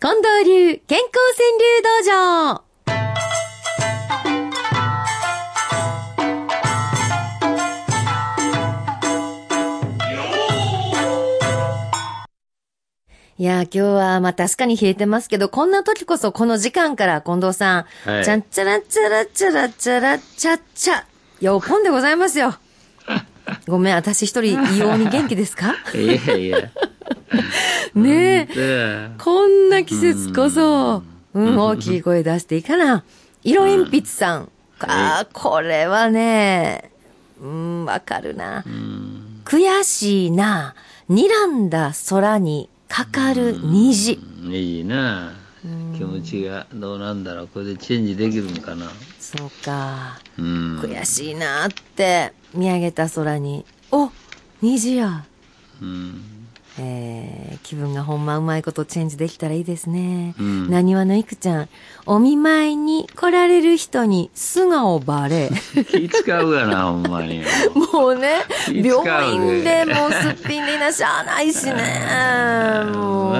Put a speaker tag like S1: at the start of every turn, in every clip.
S1: 近藤流健康川柳道場。いやー、今日はまあ確かに冷えてますけど、こんな時こそこの時間から近藤さん、
S2: はい
S1: ちゃんちゃらちゃらちゃらちゃらちゃっちゃ、よっぽんでございます よ。ごめん、私一人異様に元気ですか
S2: いやいや。
S1: ねえ。
S2: え。
S1: こんな季節こそ、うん、大きい声出していいかな。色鉛筆さん。ああ、これはね、うん、わかるな。悔しいな、睨んだ空にかかる虹。
S2: いいな気持ちがどうなんだろう。これでチェンジできるのかな。
S1: そうか。
S2: うん。
S1: 悔しいなって、見上げた空に、お、虹や。
S2: うん。
S1: えー気分がほんまうまいことチェンジできたらいいですね。
S2: うん
S1: なにわのいくちゃん、お見舞いに来られる人に素顔バレ。
S2: 気使うがな、ほんまに。
S1: もうね、
S2: 気使うね
S1: 病院でもうすっぴんでいなしゃあないしね。も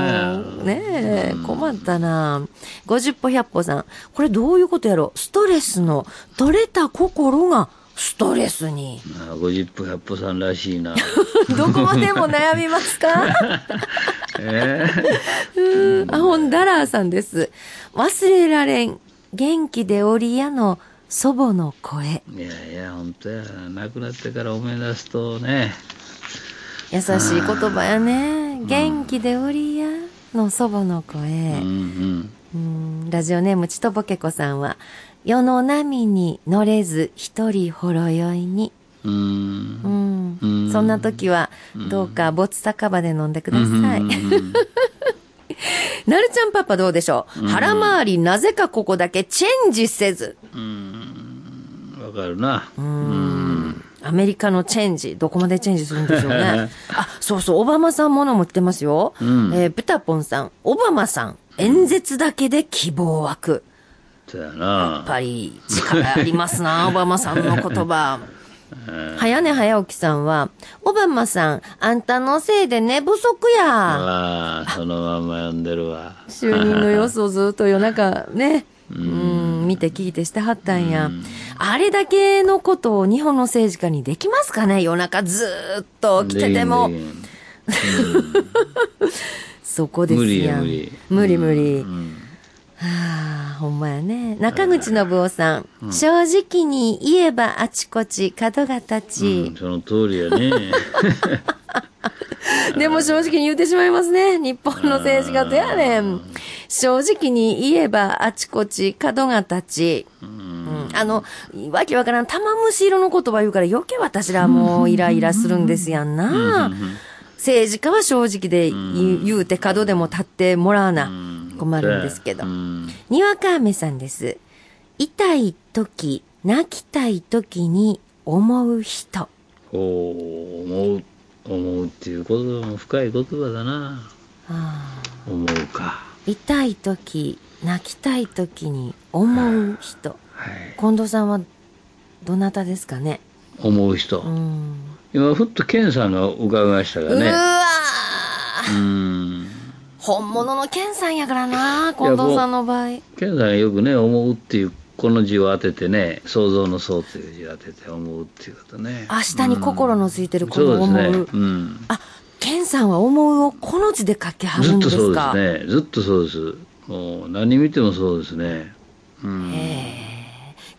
S1: う、ねえ、困ったな。50歩100歩さん、これどういうことやろストレスの取れた心がストレス に。
S2: まあ、50歩100歩さんらしいな。
S1: どこまでも悩みますか
S2: え え
S1: アホンダラーさんです。忘れられん。元気でおりやの祖母の声。
S2: いやいや、本当や。亡くなってから思い出すとね。
S1: 優しい言葉やね。元気でおりやの祖母の声。
S2: うんうん。
S1: うんラジオネームちとぼけこさんは、世の波に乗れず一人ほろ酔いに。
S2: う。
S1: うんん。
S2: うん
S1: そんな時は、どうかボツ酒場で飲んでください。
S2: うん
S1: なるちゃんパパどうでしょう腹回りなぜかここだけチェンジせず。
S2: うん。わかるな。
S1: うんアメリカのチェンジ、どこまでチェンジするんでしょうね。あ、そうそう、オバマさんものも売ってますよ。
S2: ん
S1: えーブタポンさん、オバマさん、演説だけで希望湧く。
S2: そうや
S1: やっ
S2: な。
S1: ぱり力ありますな、オバマさんの言葉。早寝早起きさんは、オバマさん、あんたのせいで寝不足や。
S2: ああ、そのまんま読んでるわ。
S1: 就任の様子をずっと夜中ね、うん、見て聞いてしてはったんや。あれだけのことを日本の政治家にできますかね夜中ずーっと来てても。
S2: できんできん
S1: そこですやん。
S2: 無理や
S1: 無理無理。
S2: ん
S1: はあ、ほんまやね。中口信夫さん。正直に言えばあちこち角が立
S2: う
S1: ち
S2: ん、。その通りやね。
S1: でも正直に言ってしまいますね。日本の政治家とやねん。正直に言えばあちこち角が立ち。うんあの、わけわからん玉虫色の言葉言うから余計私らもうイライラするんですやんな。政治家は正直で言う言うて角でも立ってもらわな困るんですけど
S2: う。ん
S1: にわか雨さんです。痛い時、泣きたい時に思う人。
S2: こう、思う、思うっていうことも深い言葉だな。
S1: あー
S2: 思うか。
S1: 痛い時、泣きたい時に思う人。
S2: はい。
S1: 近藤さんはどなたですかね
S2: 思う人。
S1: うん。
S2: 今、ふっとケンさんが伺いました
S1: う
S2: が
S1: わ
S2: ね。
S1: ー
S2: うん。
S1: 本物の健さんやからな、近藤さんの場合。
S2: ケンさんよくね、思うっていう、この字を当ててね、想像の想っていう字を当てて思うっていうことね。
S1: 明日に心のついてるこ
S2: そう
S1: の
S2: です
S1: 思う。
S2: ね。うん。
S1: あ、健さんは思うをこの字で書きはるんですか
S2: ずっとそうですね。ずっとそうです。もう何見てもそうですね。うん。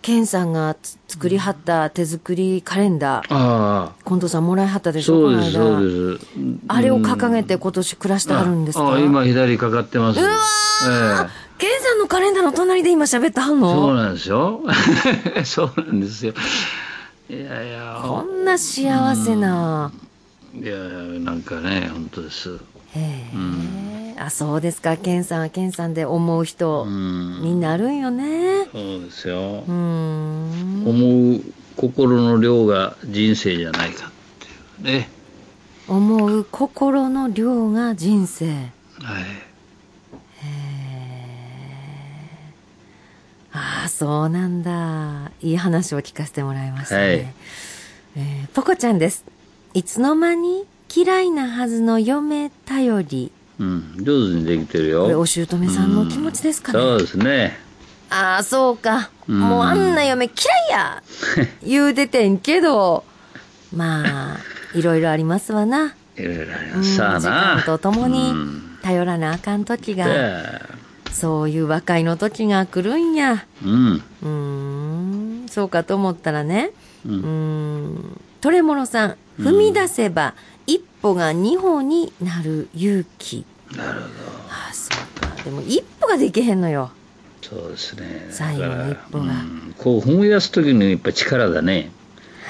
S1: ケンさんがつ作りはった手作りカレンダー、
S2: あ
S1: 近藤さんもらいはった
S2: あ、
S1: でしょ、
S2: そう
S1: この
S2: です、
S1: 間
S2: そうです。
S1: あれを掲げて今年暮らしてはるんですか
S2: ああ、今左かかってます。
S1: うわー、
S2: ええ
S1: ケンさんのカレンダーの隣で今喋ってはん
S2: そう
S1: の
S2: なんですよ。 そうなんですよ。いやいや、
S1: こんな幸せな。
S2: いやいや、なんかね、本当です。
S1: へえ。あ、そうですか。ケンさんはケンさんで思う人、
S2: うん。
S1: みんなあるんよね。
S2: そうですよ
S1: うー。ん。
S2: 思う心の量が人生じゃないかっていうね。
S1: 思う心の量が人生。
S2: はい。
S1: ああ、そうなんだ。いい話を聞かせてもらいましたね。
S2: はい
S1: えーポコちゃんです。いつの間に嫌いなはずの嫁頼り、
S2: うん、上手にできてる
S1: これ、お
S2: よ。
S1: 姑さんの気持ちですかね。
S2: そうですね。
S1: ああ、そうか。
S2: ん
S1: もうあんな嫁嫌い や言うててんけど、まあ、いろいろありますわな。
S2: いろいろあり
S1: う
S2: ま
S1: ん
S2: す。さあ
S1: 時間
S2: な。
S1: とともに
S2: うん
S1: 頼らなあかん時
S2: で
S1: が、そういう和解の時が来るんや。
S2: うん。
S1: うーん、そうかと思ったらね。う
S2: うん
S1: ーん、トレモロさん、踏み出せば一歩が二歩になる勇気。
S2: なるほ
S1: ああ、そうか。でも一歩ができへんのよ。
S2: ど。そうですね。
S1: 最後の一歩が
S2: だからうんこう踏み出す時のやっぱ力だね。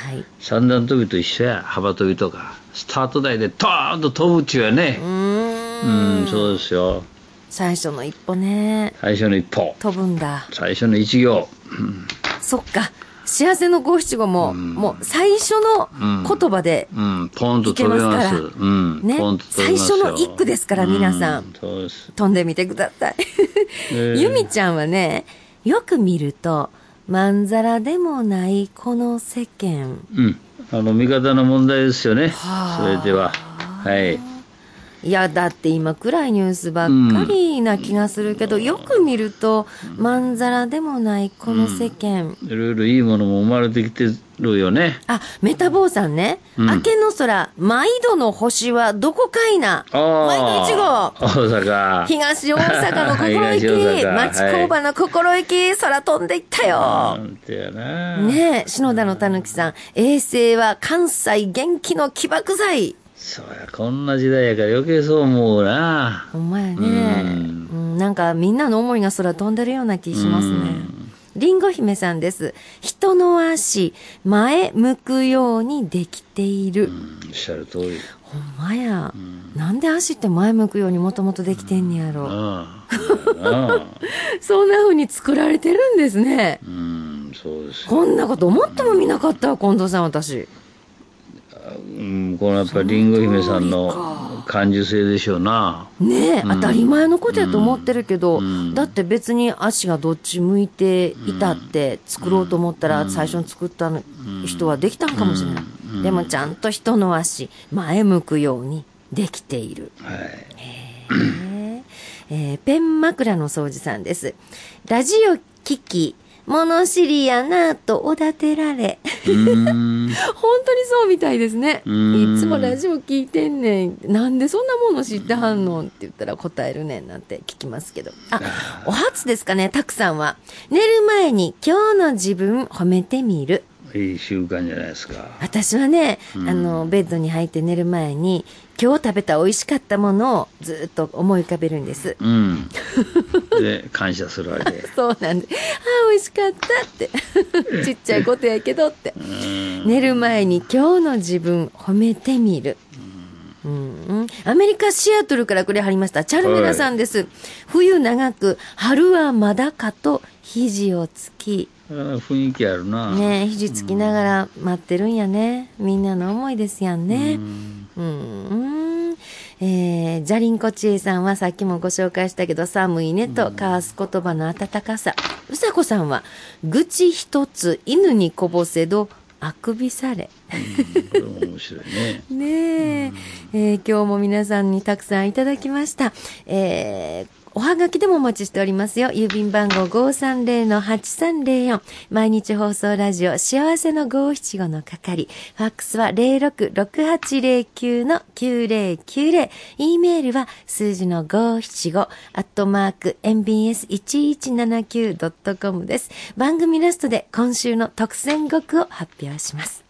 S1: はい。
S2: 三段跳びと一緒や。幅跳びとか。スタート台でドーンと飛ぶっちゅうやね
S1: う。ー
S2: うん、
S1: ん
S2: そうですよ。
S1: 最初の一歩ね。
S2: 最初の一歩。
S1: 飛ぶんだ。
S2: 最初の一行。うん
S1: そっか。幸せの五七五も、
S2: うん
S1: もう最初の言葉で、
S2: うん、ポンと飛べます。
S1: いけます
S2: うん、
S1: ね
S2: ポンと飛べます
S1: 最
S2: よ
S1: 初の一句ですから皆さん
S2: うそうです。
S1: 飛んでみてください。
S2: えー
S1: ゆみちゃんはね、よく見ると、まんざらでもないこの世間。
S2: うん、あの、見方の問題ですよね。
S1: はあ
S2: それでは。はい。
S1: いや、だって今暗いニュースばっかりな気がするけど、よく見ると、まんざらでもないこの世間。
S2: いろいろいいものも生まれてきてるよね。
S1: あ、メタボーさんね。
S2: うん
S1: 明けの空、毎度の星はどこかいな。
S2: あ
S1: 毎度一
S2: あ。
S1: 号。
S2: 大阪。
S1: 東大阪 の心意
S2: 東
S1: 気、
S2: 大阪
S1: 町工場の心意気、空飛んでいった
S2: な
S1: よ。
S2: んてやな。
S1: ねえ、篠田のたぬきさん、衛星は関西元気の起爆剤。
S2: そうや、こんな時代やから余計そう思うな。
S1: ほんまやね。う
S2: うんん
S1: なんかみんなの思いが空飛んでるような気しますね
S2: うん。
S1: りんご姫さんです。人の足、前向くようにできている。
S2: うん、おっしゃる通り。
S1: ほんまや、なんで足って前向くようにもともとできてんねやろ、
S2: ああ。そうやな
S1: そんな風に作られてるんですね
S2: うん、そうですよ。
S1: こんなこと思ってもみなかったわ近藤さん私
S2: うん、このやっぱりリンゴ姫さんの感受性でしょうな。
S1: ねえ、当たり前のことやと思ってるけど、
S2: うん
S1: だって別に足がどっち向いていたって作ろうと思ったら最初に作ったの人はできたんかもしれない、でもちゃんと人の足前向くようにできている
S2: はい。
S1: ねえーペン枕の掃除さんです。ラジオ聞き、物知りやなぁとおだてられ。
S2: うーん。
S1: 本当にそうみたいですね。
S2: うん
S1: いつもラジオ聞いてんねん。なんでそんなもの知ってはんのんって言ったら答えるねんなんて聞きますけど。 あ、お初ですかね、たくさんは。寝る前に今日の自分褒めてみる。
S2: いい習慣じゃないですか。
S1: 私はね、あの、ベッドに入って寝る前に、今日食べた美味しかったものをずっと思い浮かべるんです。
S2: うん。で、感謝するわけ。
S1: そうなんで、ああ、美味しかったって。 ちっちゃいことやけどって。寝る前に今日の自分褒めてみる。うんうん、アメリカ・シアトルからくれはりました。チャルメラさんです。冬長く、春はまだかと、肘をつき。
S2: あー雰囲気あるな。
S1: ねえ肘つきながら待ってるんやね。みんなの思いですやんね。うん、うん。えー、じゃりんこちえさんはさっきもご紹介したけど、寒いねと、交わす言葉の温かさ。うさこさんは、愚痴一つ、犬にこぼせど、あくびされ。
S2: うんこれも面白いね。
S1: ねえ、えー今日も皆さんにたくさんいただきました。えーおはがきでもお待ちしておりますよ。郵便番号530-8304。毎日放送ラジオ幸せの575の係。ファックスは066809-9090。e メールは数字の575、アットマーク、mbs1179.com です。番組ラストで今週の特選語句を発表します。